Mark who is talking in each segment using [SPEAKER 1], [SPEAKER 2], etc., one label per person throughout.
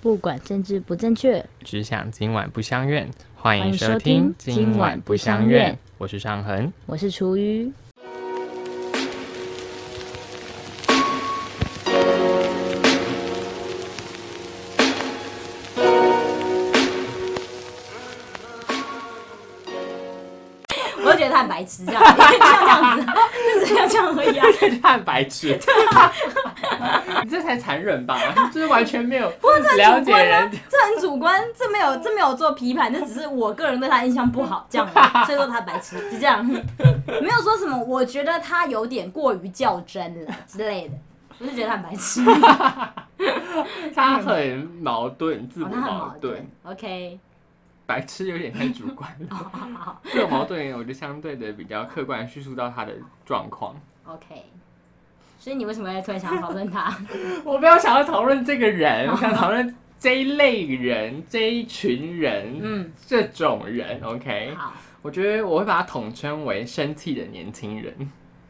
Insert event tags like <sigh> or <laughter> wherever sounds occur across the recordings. [SPEAKER 1] 不管政治不正确。
[SPEAKER 2] 只想今晚不相怨，
[SPEAKER 1] 欢
[SPEAKER 2] 欢迎
[SPEAKER 1] 迎
[SPEAKER 2] 收
[SPEAKER 1] 收
[SPEAKER 2] 听
[SPEAKER 1] 听
[SPEAKER 2] 《今
[SPEAKER 1] 今
[SPEAKER 2] 晚
[SPEAKER 1] 晚
[SPEAKER 2] 不
[SPEAKER 1] 不相
[SPEAKER 2] 相怨
[SPEAKER 1] 怨》，
[SPEAKER 2] 我是尚恒。
[SPEAKER 1] 我是厨余，
[SPEAKER 3] 我就觉得他很白痴，这样 <laughs> 要这样子， <laughs> 就是要这样而已啊。
[SPEAKER 2] <laughs> 太白痴，你 <laughs> 这才残忍吧？就是完全没有了
[SPEAKER 3] 很主
[SPEAKER 2] 解
[SPEAKER 3] 观啊
[SPEAKER 2] 人，
[SPEAKER 3] 这很主观，这没有这没有做批判，这只是我个人对他印象不好，这样而已，所以说他白痴，是这样， <laughs> 没有说什么。我觉得他有点过于较真了之类的，我就觉得他很白痴，哦，
[SPEAKER 2] 他很矛盾，自我
[SPEAKER 3] 他很矛
[SPEAKER 2] 哦矛盾哦
[SPEAKER 3] 盾。。OK，
[SPEAKER 2] 白痴有点太主观了，
[SPEAKER 3] 好好好
[SPEAKER 2] 这种矛盾我就相对的比较客观叙述到他的状况。
[SPEAKER 3] ，OK。所以你为什么会突然想要讨论他？ <laughs>
[SPEAKER 2] 我没有想要讨论这个人，我想讨论这一类人、这一群人、
[SPEAKER 3] 嗯，
[SPEAKER 2] 这种人。OK，
[SPEAKER 3] 好，
[SPEAKER 2] 我觉得我会把它统称为生气的年轻人。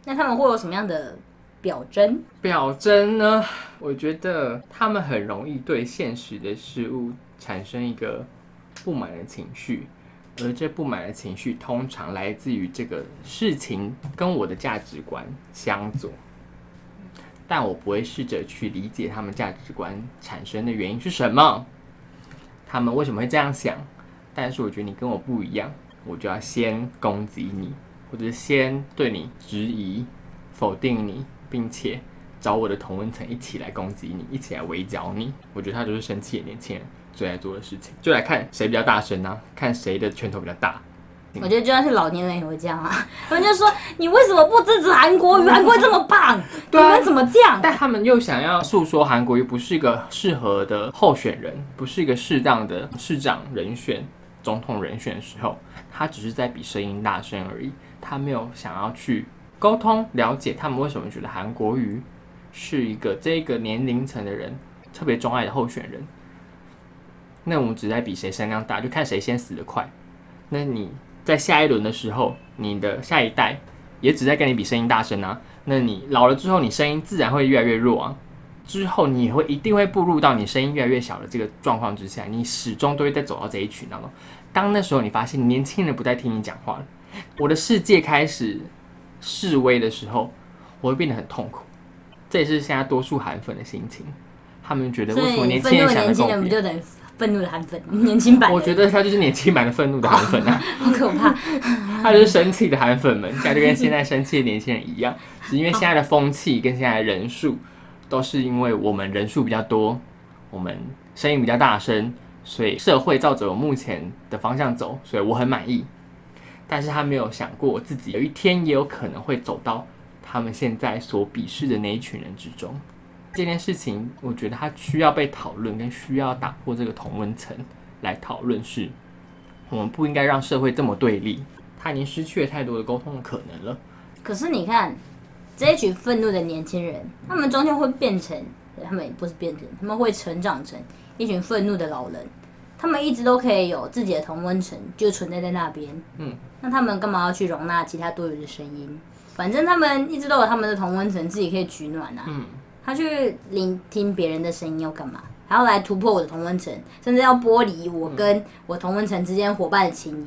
[SPEAKER 3] 那他们会有什么样的表征？
[SPEAKER 2] 表征呢，我觉得他们很容易对现实的事物产生一个不满的情绪，而这不满的情绪通常来自于这个事情跟我的价值观相左。但我不会试着去理解他们价值观产生的原因是什么，他们为什么会这样想。但是我觉得你跟我不一样，我就要先攻击你，或者是先对你质疑、否定你，并且找我的同温层一起来攻击你，一起来围剿你。我觉得他就是生气的年轻人最爱做的事情，就来看谁比较大声啊，看谁的拳头比较大。嗯
[SPEAKER 3] 我觉得就算是老年人也会这样啊， <laughs> 他们就说你为什么不支持韩国瑜？韩 <laughs> 国瑜这么棒，你
[SPEAKER 2] 对啊
[SPEAKER 3] 们怎么这样？
[SPEAKER 2] 但他们又想要诉说韩国瑜不是一个适合的候选人，不是一个适当的市长人选、总统人选的时候，他只是在比声音大声而已，他没有想要去沟通了解他们为什么觉得韩国瑜是一个这个年龄层的人特别钟爱的候选人。那我们只在比谁声量大，就看谁先死得快。那你在下一轮的时候，你的下一代也只在跟你比声音大声啊。那你老了之后，你声音自然会越来越弱啊。之后你也会一定会步入到你声音越来越小的这个状况之下，你始终都会在走到这一群当中。当那时候你发现年轻人不再听你讲话了，我的世界开始示威的时候，我会变得很痛苦。这也是现在多数韩粉的心情，他们觉得
[SPEAKER 3] 所
[SPEAKER 2] 为什么
[SPEAKER 3] 以
[SPEAKER 2] 年
[SPEAKER 3] 愤
[SPEAKER 2] 轻
[SPEAKER 3] 怒
[SPEAKER 2] 人想的跟
[SPEAKER 3] 的年轻
[SPEAKER 2] 我
[SPEAKER 3] 人
[SPEAKER 2] 不
[SPEAKER 3] 不
[SPEAKER 2] 一样？
[SPEAKER 3] 就等于愤怒的韩粉， <laughs> 年轻版的？
[SPEAKER 2] 我觉得他就是年轻版的愤怒的韩粉啊。
[SPEAKER 3] 好可怕。
[SPEAKER 2] 他就是生气的韩粉们，现在就跟现在生气的年轻人一样，只因为现在的风气跟现在的人数，都是因为我们人数比较多，我们声音比较大声，所以社会照着我目前的方向走，所以我很满意。但是他没有想过，自己有一天也有可能会走到他们现在所鄙视的那一群人之中。这件事情，我觉得它需要被讨论，跟需要打破这个同温层来讨论是，我们不应该让社会这么对立。他已经失去了太多的沟通的可能了。
[SPEAKER 3] 可是你看这一群愤怒的年轻人，他们中间会变成，他们也不是变成，他们会成长成一群愤怒的老人。他们一直都可以有自己的同温层，就存在在那边。
[SPEAKER 2] 嗯，
[SPEAKER 3] 那他们干嘛要去容纳其他多余的声音？反正他们一直都有他们的同温层，自己可以取暖啊。
[SPEAKER 2] 嗯，
[SPEAKER 3] 他去聆听别人的声音要干嘛？还要来突破我的同温层，甚至要剥离我
[SPEAKER 2] 嗯
[SPEAKER 3] 跟我同温层之间伙伴的情谊。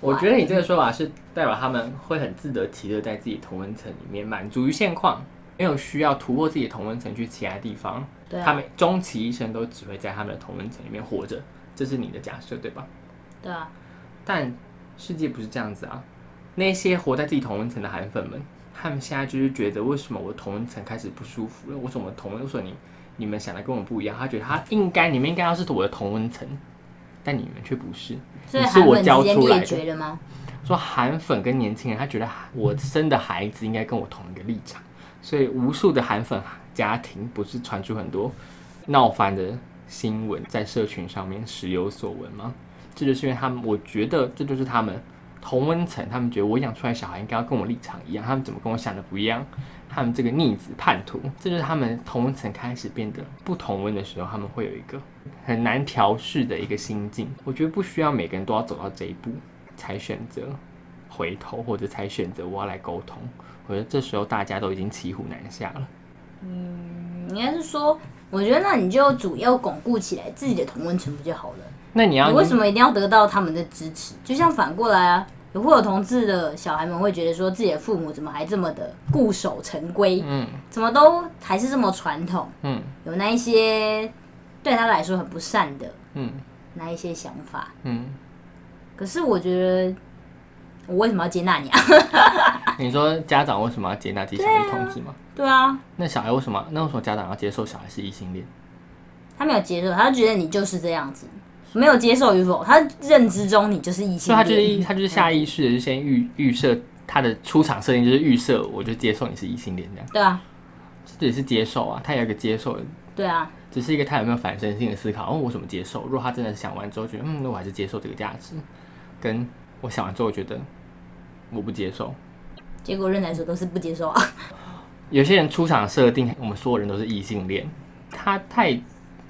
[SPEAKER 2] 我觉得你这个说法是代表他们会很自得其乐，在自己同温层里面满足于现况，没有需要突破自己的同温层去其他地方。
[SPEAKER 3] 对
[SPEAKER 2] 他
[SPEAKER 3] 啊，
[SPEAKER 2] 们终其一生都只会在他们的同温层里面活着，这是你的假设对吧？
[SPEAKER 3] 对啊，
[SPEAKER 2] 但世界不是这样子啊！那些活在自己同温层的韩粉们，他们现在就是觉得，为什么我的同温层开始不舒服了？为什么我的同温？为什么你你们想的跟我不一样？他觉得他应该，你们应该要是我的同温层，但你们却不是。
[SPEAKER 3] 所以
[SPEAKER 2] 你是
[SPEAKER 3] 韩
[SPEAKER 2] 我
[SPEAKER 3] 粉
[SPEAKER 2] 教
[SPEAKER 3] 之间
[SPEAKER 2] 出来
[SPEAKER 3] 灭
[SPEAKER 2] 的。
[SPEAKER 3] 绝了吗？
[SPEAKER 2] 说韩粉跟年轻人，他觉得我生的孩子应该跟我同一个立场，所以无数的韩粉家庭不是传出很多闹翻的新闻，在社群上面时有所闻吗？这就是因为他们，我觉得这就是他们同温层，他们觉得我养出来小孩应该要跟我立场一样，他们怎么跟我想的不一样？他们这个逆子叛徒，这就是他们同温层开始变得不同温的时候，他们会有一个很难调试的一个心境。我觉得不需要每个人都要走到这一步才选择回头，或者才选择我要来沟通。我觉得这时候大家都已经骑虎难下了。
[SPEAKER 3] 嗯应该是说，我觉得那你就主要巩固起来自己的同温层不就好了？
[SPEAKER 2] 那你要
[SPEAKER 3] 你为什么一定要得到他们的支持？就像反过来啊，也会有同志的小孩们会觉得说自己的父母怎么还这么的固守成规，
[SPEAKER 2] 嗯
[SPEAKER 3] 怎么都还是这么传统，
[SPEAKER 2] 嗯
[SPEAKER 3] 有那一些对他来说很不善的
[SPEAKER 2] 嗯
[SPEAKER 3] 那一些想法。
[SPEAKER 2] 嗯，
[SPEAKER 3] 可是我觉得，我为什么要接纳你啊？ <laughs>
[SPEAKER 2] 你说家长为什么要接纳自己小孩是同志吗？
[SPEAKER 3] 对啊，
[SPEAKER 2] 那小孩为什么？那为什么家长要接受小孩是异性恋？
[SPEAKER 3] 他没有接受，他就觉得你就是这样子，没有接受与否，他认知中你就是异
[SPEAKER 2] 所
[SPEAKER 3] 性
[SPEAKER 2] 以他
[SPEAKER 3] 恋，
[SPEAKER 2] 就是他就是下意识的就先预预设他的出场设定就是预设，我就接受你是异性恋这样，
[SPEAKER 3] 对啊，
[SPEAKER 2] 这也是接受啊，他有一个接受，
[SPEAKER 3] 对啊，
[SPEAKER 2] 只是一个他有没有反身性的思考，哦，我怎么接受？如果他真的想完之后觉得，嗯，那我还是接受这个价值，跟我想完之后觉得我不接受。
[SPEAKER 3] 结果认来说都是不接受啊， <laughs>
[SPEAKER 2] 有些人出场设定，我们所有人都是异性恋，他太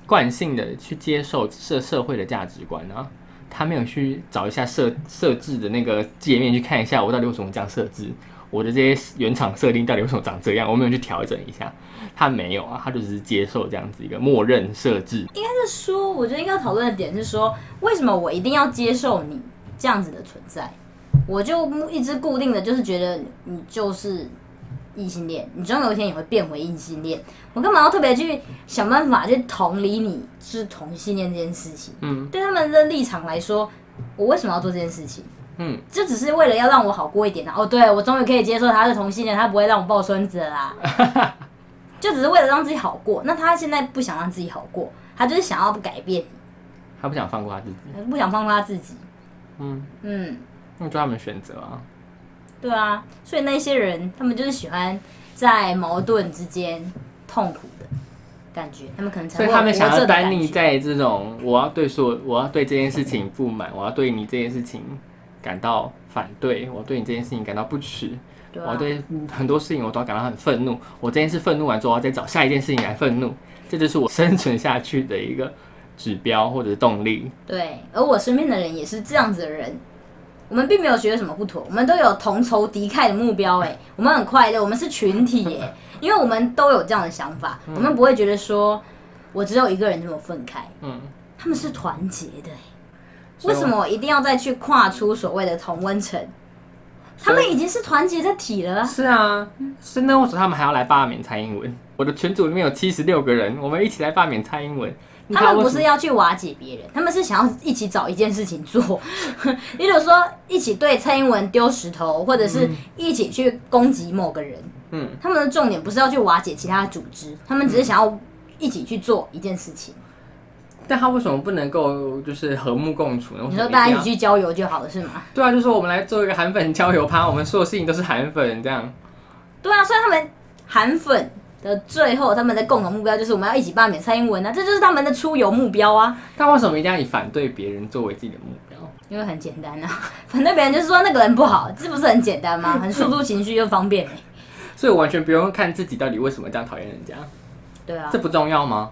[SPEAKER 2] 惯性的去接受社社会的价值观啊，他没有去找一下设设置的那个界面去看一下，我到底为什么这样设置，我的这些原厂设定到底为什么长这样，我没有去调整一下，他没有啊，他就只是接受这样子一个默认设置，
[SPEAKER 3] 但是说，我觉得应该讨论的点是说，为什么我一定要接受你这样子的存在？我就一直固定的就是觉得你就是异性恋，你终有一天也会变回异性恋，我干嘛要特别去想办法去同理你是同性恋这件事情？
[SPEAKER 2] 嗯
[SPEAKER 3] 对他们的立场来说，我为什么要做这件事情？
[SPEAKER 2] 嗯，
[SPEAKER 3] 这只是为了要让我好过一点啊！哦，对我终于可以接受他是同性恋，他不会让我抱孙子了啦。
[SPEAKER 2] <laughs>
[SPEAKER 3] 就只是为了让自己好过。那他现在不想让自己好过，他就是想要改变，
[SPEAKER 2] 他不想放过他自己，
[SPEAKER 3] 不想放过他自己。
[SPEAKER 2] 嗯，
[SPEAKER 3] 嗯，
[SPEAKER 2] 那就他们选择啊，
[SPEAKER 3] 对啊，所以那些人他们就是喜欢在矛盾之间痛苦的感觉，他们可能
[SPEAKER 2] 所
[SPEAKER 3] 才会
[SPEAKER 2] 以
[SPEAKER 3] 有
[SPEAKER 2] 他们想
[SPEAKER 3] 活着
[SPEAKER 2] 要
[SPEAKER 3] 的感
[SPEAKER 2] 丹尼
[SPEAKER 3] 觉啊
[SPEAKER 2] 在哦这种我要对所有我要对这件事情不满，我要对你这件事情感到反对，我对你这件事情感到不耻，
[SPEAKER 3] 对
[SPEAKER 2] 我
[SPEAKER 3] 啊，
[SPEAKER 2] 对很多事情我都要感到很愤怒。我这件事愤怒完之后，我要再找下一件事情来愤怒，这就是我生存下去的一个指标或者是动力。
[SPEAKER 3] 对，而我身边的人也是这样子的人。我们并没有觉得什么不妥，我们都有同仇敌忾的目标、
[SPEAKER 2] <laughs>
[SPEAKER 3] 哎，我们很快乐，我们是群体、
[SPEAKER 2] 嗯
[SPEAKER 3] 哎，因为我们都有这样的想法，我们不会觉得说我只有一个人这么愤慨，
[SPEAKER 2] 嗯，
[SPEAKER 3] 他们是团结的、哎
[SPEAKER 2] 所
[SPEAKER 3] 为
[SPEAKER 2] 以我
[SPEAKER 3] 什么一定要再去跨出所谓的同温层？他
[SPEAKER 2] 所以
[SPEAKER 3] 们已经是团结的体了啊，
[SPEAKER 2] 是啊，是那为什么他们还要来罢免蔡英文？我的群组里面有七十六个人，我们一起来罢免蔡英文。你
[SPEAKER 3] 他
[SPEAKER 2] 看
[SPEAKER 3] 们
[SPEAKER 2] 为
[SPEAKER 3] 不
[SPEAKER 2] 什么
[SPEAKER 3] 是要去瓦解别人，他们是想要一起找一件事情做。 <laughs> 例如说，一起对蔡英文丢石头，或者是一起去攻击某个人。
[SPEAKER 2] 嗯，
[SPEAKER 3] 他们的重点不是要去瓦解其他的组织，他们只是想要一起去做一件事情。
[SPEAKER 2] 嗯但他为什么不能够就是和睦共处呢？
[SPEAKER 3] 你
[SPEAKER 2] 为什
[SPEAKER 3] 说
[SPEAKER 2] 么
[SPEAKER 3] 大家
[SPEAKER 2] 定
[SPEAKER 3] 一
[SPEAKER 2] 要
[SPEAKER 3] 起去郊游就好了，是吗？
[SPEAKER 2] 对啊，就说我们来做一个韩粉交友趴，我们所有事情都是韩粉这样。
[SPEAKER 3] 对啊，所以他们韩粉的最后他们的共同目标就是我们要一起罢免蔡英文啊，这就是他们的出游目标啊。
[SPEAKER 2] 但为什么一定要以反对别人作为自己的目标？
[SPEAKER 3] 因为很简单啊，反对别人就是说那个人不好，这不是很简单吗？很诉诸情绪又方便、欸。
[SPEAKER 2] 所以我完全不用看自己到底为什么这样讨厌人家，
[SPEAKER 3] 对啊
[SPEAKER 2] 这，不重要吗？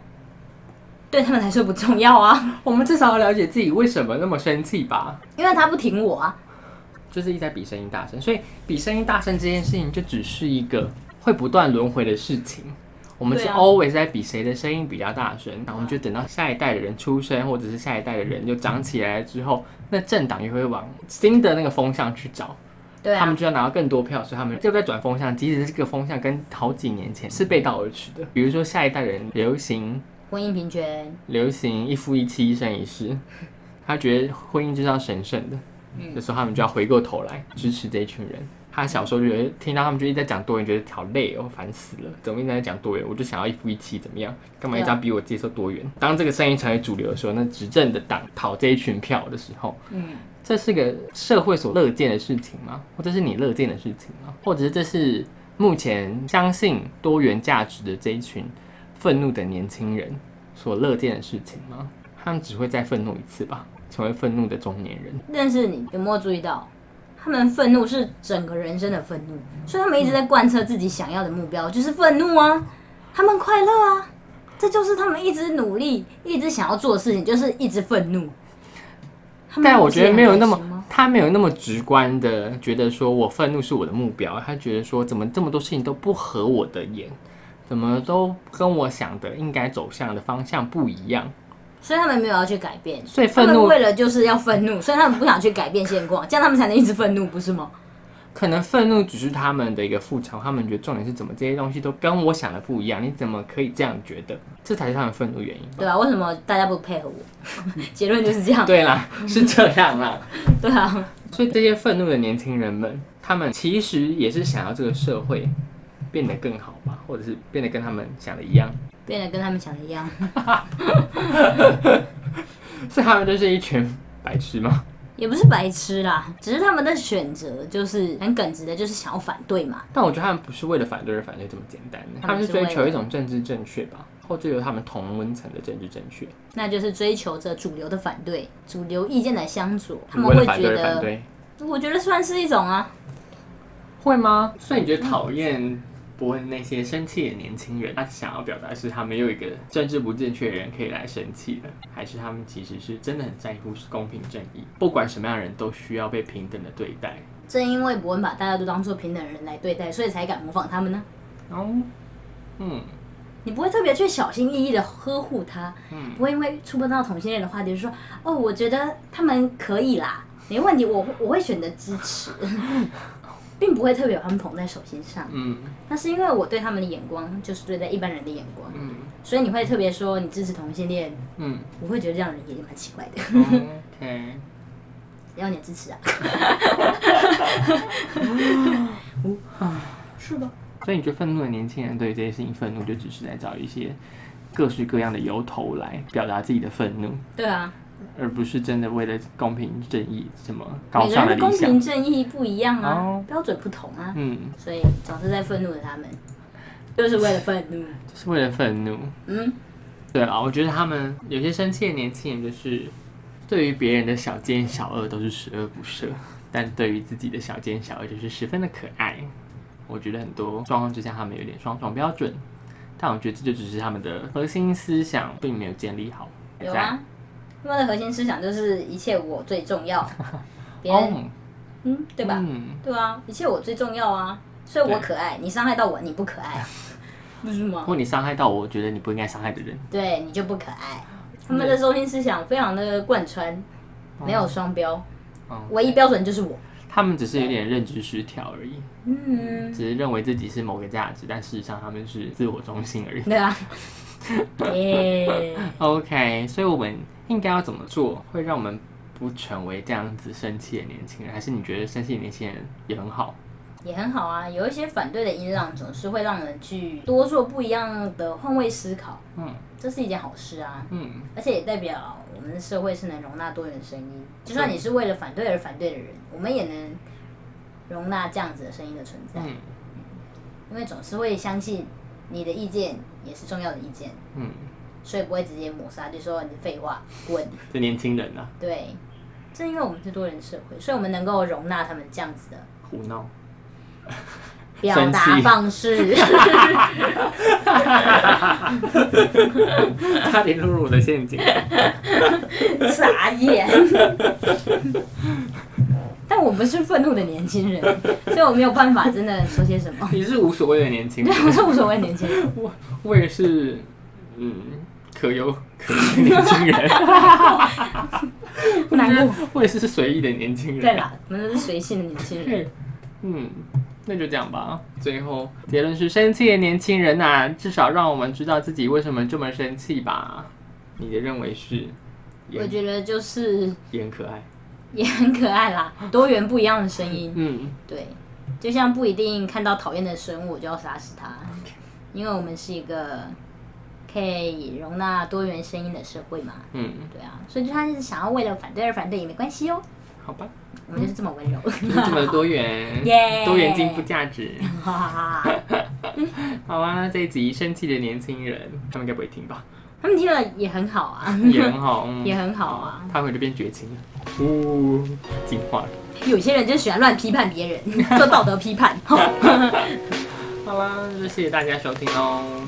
[SPEAKER 3] 对他们来说不重要啊，
[SPEAKER 2] 我们至少要了解自己为什么那么生气吧。
[SPEAKER 3] <laughs> 因为他不挺我啊。
[SPEAKER 2] 就是一直在比声音大声，所以比声音大声这件事情就只是一个会不断轮回的事情。我们是
[SPEAKER 3] 对啊
[SPEAKER 2] always 在比谁的声音比较大声，然后我们就等到下一代的人出生，或者是下一代的人就长起来之后，那政党也会往新的那个风向去找。
[SPEAKER 3] 对
[SPEAKER 2] 他
[SPEAKER 3] 啊
[SPEAKER 2] 们，就要拿到更多票，所以他们就在转风向。即使这个风向跟好几年前是背道而驰的，比如说下一代人流行
[SPEAKER 3] 婚姻平权，
[SPEAKER 2] 流行一夫一妻一生一世，他觉得婚姻就是要神圣的，这时候他们就要回过头来支持这一群人。他小时候就觉得哎听到他们就一直在讲多元，觉得好累哦，烦死了，怎么一直在讲多元？我就想要一夫一妻，怎么样？干嘛一直要逼我接受多元？当这个声音成为主流的时候，那执政的党讨这一群票的时候，
[SPEAKER 3] 嗯，
[SPEAKER 2] 这是个社会所乐见的事情吗？或者是你乐见的事情吗？或者是这是目前相信多元价值的这一群愤怒的年轻人所乐见的事情吗？他们只会再愤怒一次吧，成为愤怒的中年人。
[SPEAKER 3] 但是你有没有注意到，他们愤怒是整个人生的愤怒，所以他们一直在贯彻自己想要的目标，就是愤怒啊，他们快乐啊，这就是他们一直努力、一直想要做的事情，就是一直愤怒。他们
[SPEAKER 2] 但我觉得没有那
[SPEAKER 3] 不是也很开心
[SPEAKER 2] 么
[SPEAKER 3] 吗，
[SPEAKER 2] 他没有那么直观的觉得说我愤怒是我的目标，他觉得说怎么这么多事情都不合我的眼，怎么都跟我想的应该走向的方向不一样。
[SPEAKER 3] 所以他们没有要去改变，
[SPEAKER 2] 所以
[SPEAKER 3] 他
[SPEAKER 2] 愤
[SPEAKER 3] 们
[SPEAKER 2] 怒
[SPEAKER 3] 为了就是要愤怒，所以他们不想去改变现况，这样他们才能一直愤怒，不是吗？
[SPEAKER 2] 可能愤怒只是他们的一个复仇，他们觉得重点是怎么这些东西都跟我想的不一样，你怎么可以这样觉得？这才是他们愤怒原因。
[SPEAKER 3] 对啊，为什么大家不配合我？
[SPEAKER 2] <laughs>
[SPEAKER 3] 结论就是这样。
[SPEAKER 2] 对啦，是这样啦。
[SPEAKER 3] 对啊，
[SPEAKER 2] 所以这些愤怒的年轻人们，他们其实也是想要这个社会变得更好吧，或者是变得跟他们想的一样。
[SPEAKER 3] 变得跟他们想的一样， <laughs>
[SPEAKER 2] 所以他们就是一群白痴吗？ <laughs>
[SPEAKER 3] 也不是白痴啦，只是他们的选择就是很耿直的，就是想要反对嘛。
[SPEAKER 2] 但我觉得他们不是为了反对而反对这么简单的，他
[SPEAKER 3] 他
[SPEAKER 2] 们
[SPEAKER 3] 们
[SPEAKER 2] 是
[SPEAKER 3] 是为
[SPEAKER 2] 追
[SPEAKER 3] 了
[SPEAKER 2] 求一种政治正确吧，或追求他们同温层的政治正确。
[SPEAKER 3] 那就是追求着主流的反对，主流意见的相左，他们
[SPEAKER 2] 为了
[SPEAKER 3] 会
[SPEAKER 2] 反
[SPEAKER 3] 觉
[SPEAKER 2] 对而反
[SPEAKER 3] 得，
[SPEAKER 2] 对，
[SPEAKER 3] 我觉得算是一种啊，
[SPEAKER 2] 会吗？所以你觉得讨厌伯恩那些生气的年轻人，他想要表达是他们有一个政治不正确的人可以来生气的，还是他们其实是真的很在乎是公平正义，不管什么样的人都需要被平等的对待？
[SPEAKER 3] 正因为伯恩把大家都当做平等人来对待，所以才敢模仿他们呢。
[SPEAKER 2] 哦，嗯，
[SPEAKER 3] 你不会特别去小心翼翼的呵护他，
[SPEAKER 2] 嗯
[SPEAKER 3] 不会因为触碰到同性恋的话题就说，哦，我觉得他们可以啦，没问题，我我会选择支持， <laughs> 并不会特别把他们捧在手心上。
[SPEAKER 2] 嗯
[SPEAKER 3] 那是因为我对他们的眼光就是对待一般人的眼光，
[SPEAKER 2] 嗯
[SPEAKER 3] 所以你会特别说你支持同性恋，
[SPEAKER 2] 嗯
[SPEAKER 3] 我会觉得这样的人也蛮奇怪的，
[SPEAKER 2] ，OK，
[SPEAKER 3] 要你的支持啊，是吧？
[SPEAKER 2] 所以你觉得愤怒的年轻人对这些事情愤怒，就只是来找一些各式各样的由头来表达自己的愤怒，
[SPEAKER 3] 对啊，
[SPEAKER 2] 而不是真的为了公平正义什么高
[SPEAKER 3] 每个
[SPEAKER 2] 尚的
[SPEAKER 3] 人的
[SPEAKER 2] 理
[SPEAKER 3] 公
[SPEAKER 2] 想
[SPEAKER 3] 平。正义不一样啊，
[SPEAKER 2] 哦
[SPEAKER 3] 标准不同啊，
[SPEAKER 2] 嗯，
[SPEAKER 3] 所以总是在愤怒的他们，就是为了愤
[SPEAKER 2] <laughs>
[SPEAKER 3] 怒，
[SPEAKER 2] 就是为了愤怒。
[SPEAKER 3] 嗯，
[SPEAKER 2] 对啊，我觉得他们有些生气的年轻人，就是对于别人的小奸小恶都是十恶不赦，但对于自己的小奸小恶就是十分的可爱。我觉得很多状况之下，他们有点双重标准，但我觉得这就只是他们的核心思想并没有建立好。
[SPEAKER 3] 有啊，他们的核心思想就是一切我最
[SPEAKER 2] <laughs>
[SPEAKER 3] 重要，
[SPEAKER 2] 在，
[SPEAKER 3] 别人
[SPEAKER 2] 哦，
[SPEAKER 3] 嗯，对吧？
[SPEAKER 2] 嗯，
[SPEAKER 3] 对啊，一切我最重要啊，所以我
[SPEAKER 2] 对
[SPEAKER 3] 可爱，你伤害到我，你不可爱， <laughs> 不是吗
[SPEAKER 2] 如？果你伤害到我觉得你不应该伤害的人，
[SPEAKER 3] 对你就不可爱。他们的中心思想非常的贯穿，没有双标，
[SPEAKER 2] 哦
[SPEAKER 3] 唯一标准就是我。
[SPEAKER 2] 他们只是有点认知失调而已，
[SPEAKER 3] 嗯，
[SPEAKER 2] 只是认为自己是某个价值，但事实上他们是自我中心而已。
[SPEAKER 3] 对啊， <laughs> 耶，
[SPEAKER 2] OK，所以我们应该要怎么做，会让我们不成为这样子生气的年轻人？还是你觉得生气的年轻人也很好？
[SPEAKER 3] 也很好啊。有一些反对的音浪总是会让人去多做不一样的换位思考，
[SPEAKER 2] 嗯
[SPEAKER 3] 这是一件好事啊。
[SPEAKER 2] 嗯，
[SPEAKER 3] 而且也代表我们的社会是能容纳多元声音，就算你是为了反对而反对的人，我们也能容纳这样子的声音的存在，
[SPEAKER 2] 嗯
[SPEAKER 3] 因为总是会相信你的意见也是重要的意见，
[SPEAKER 2] 嗯，
[SPEAKER 3] 所以不会直接抹杀，就说你废话，滚。
[SPEAKER 2] 这年轻人啊，
[SPEAKER 3] 对，正因为我们是多元社会，所以我们能够容纳他们这样子的
[SPEAKER 2] 胡闹。
[SPEAKER 3] 表
[SPEAKER 2] 生
[SPEAKER 3] 达
[SPEAKER 2] 气
[SPEAKER 3] 方式。
[SPEAKER 2] 差点落入我的陷 <laughs> 阱。
[SPEAKER 3] 傻眼。但我不是愤怒的年轻人，所以我没有办法真的说些什么。
[SPEAKER 2] 你是无所谓的年轻人，
[SPEAKER 3] 我是无所谓年轻人，
[SPEAKER 2] 我也是，嗯，可有可无的年轻
[SPEAKER 3] <laughs>
[SPEAKER 2] 人。
[SPEAKER 3] 难过。
[SPEAKER 2] 我也是随意的年轻人。
[SPEAKER 3] 对啦，我们都是随性的年轻人。
[SPEAKER 2] 嗯，那就这样吧。最后结论是：生气的年轻人呐、至少让我们知道自己为什么这么生气吧。你的认为是？
[SPEAKER 3] 我
[SPEAKER 2] 也
[SPEAKER 3] 觉得就是
[SPEAKER 2] 也很可爱。
[SPEAKER 3] 也很可爱啦，多元不一样的声音。
[SPEAKER 2] 嗯，
[SPEAKER 3] 对，就像不一定看到讨厌的生物我就要杀死它，因为我们是一个可以容纳多元声音的社会嘛。
[SPEAKER 2] 嗯，
[SPEAKER 3] 对啊，所以就算是想要为了反对而反对也没关系哦，
[SPEAKER 2] 好吧，
[SPEAKER 3] 我们就是这么温柔。 <laughs>
[SPEAKER 2] 就是这么多元
[SPEAKER 3] 耶
[SPEAKER 2] 多元进步价值。
[SPEAKER 3] 哈哈哈！
[SPEAKER 2] 好啊，这一集生气的年轻人，他们应该不会听
[SPEAKER 3] <laughs>
[SPEAKER 2] 吧？
[SPEAKER 3] 他们听了也很好啊，
[SPEAKER 2] 也很好，嗯
[SPEAKER 3] 也很好啊。
[SPEAKER 2] 他们就变绝情了，呜、进化了。
[SPEAKER 3] 有些人就喜欢乱批判别人，做道德批判。 <laughs>
[SPEAKER 2] 好啦，那就谢谢大家收听喽，哦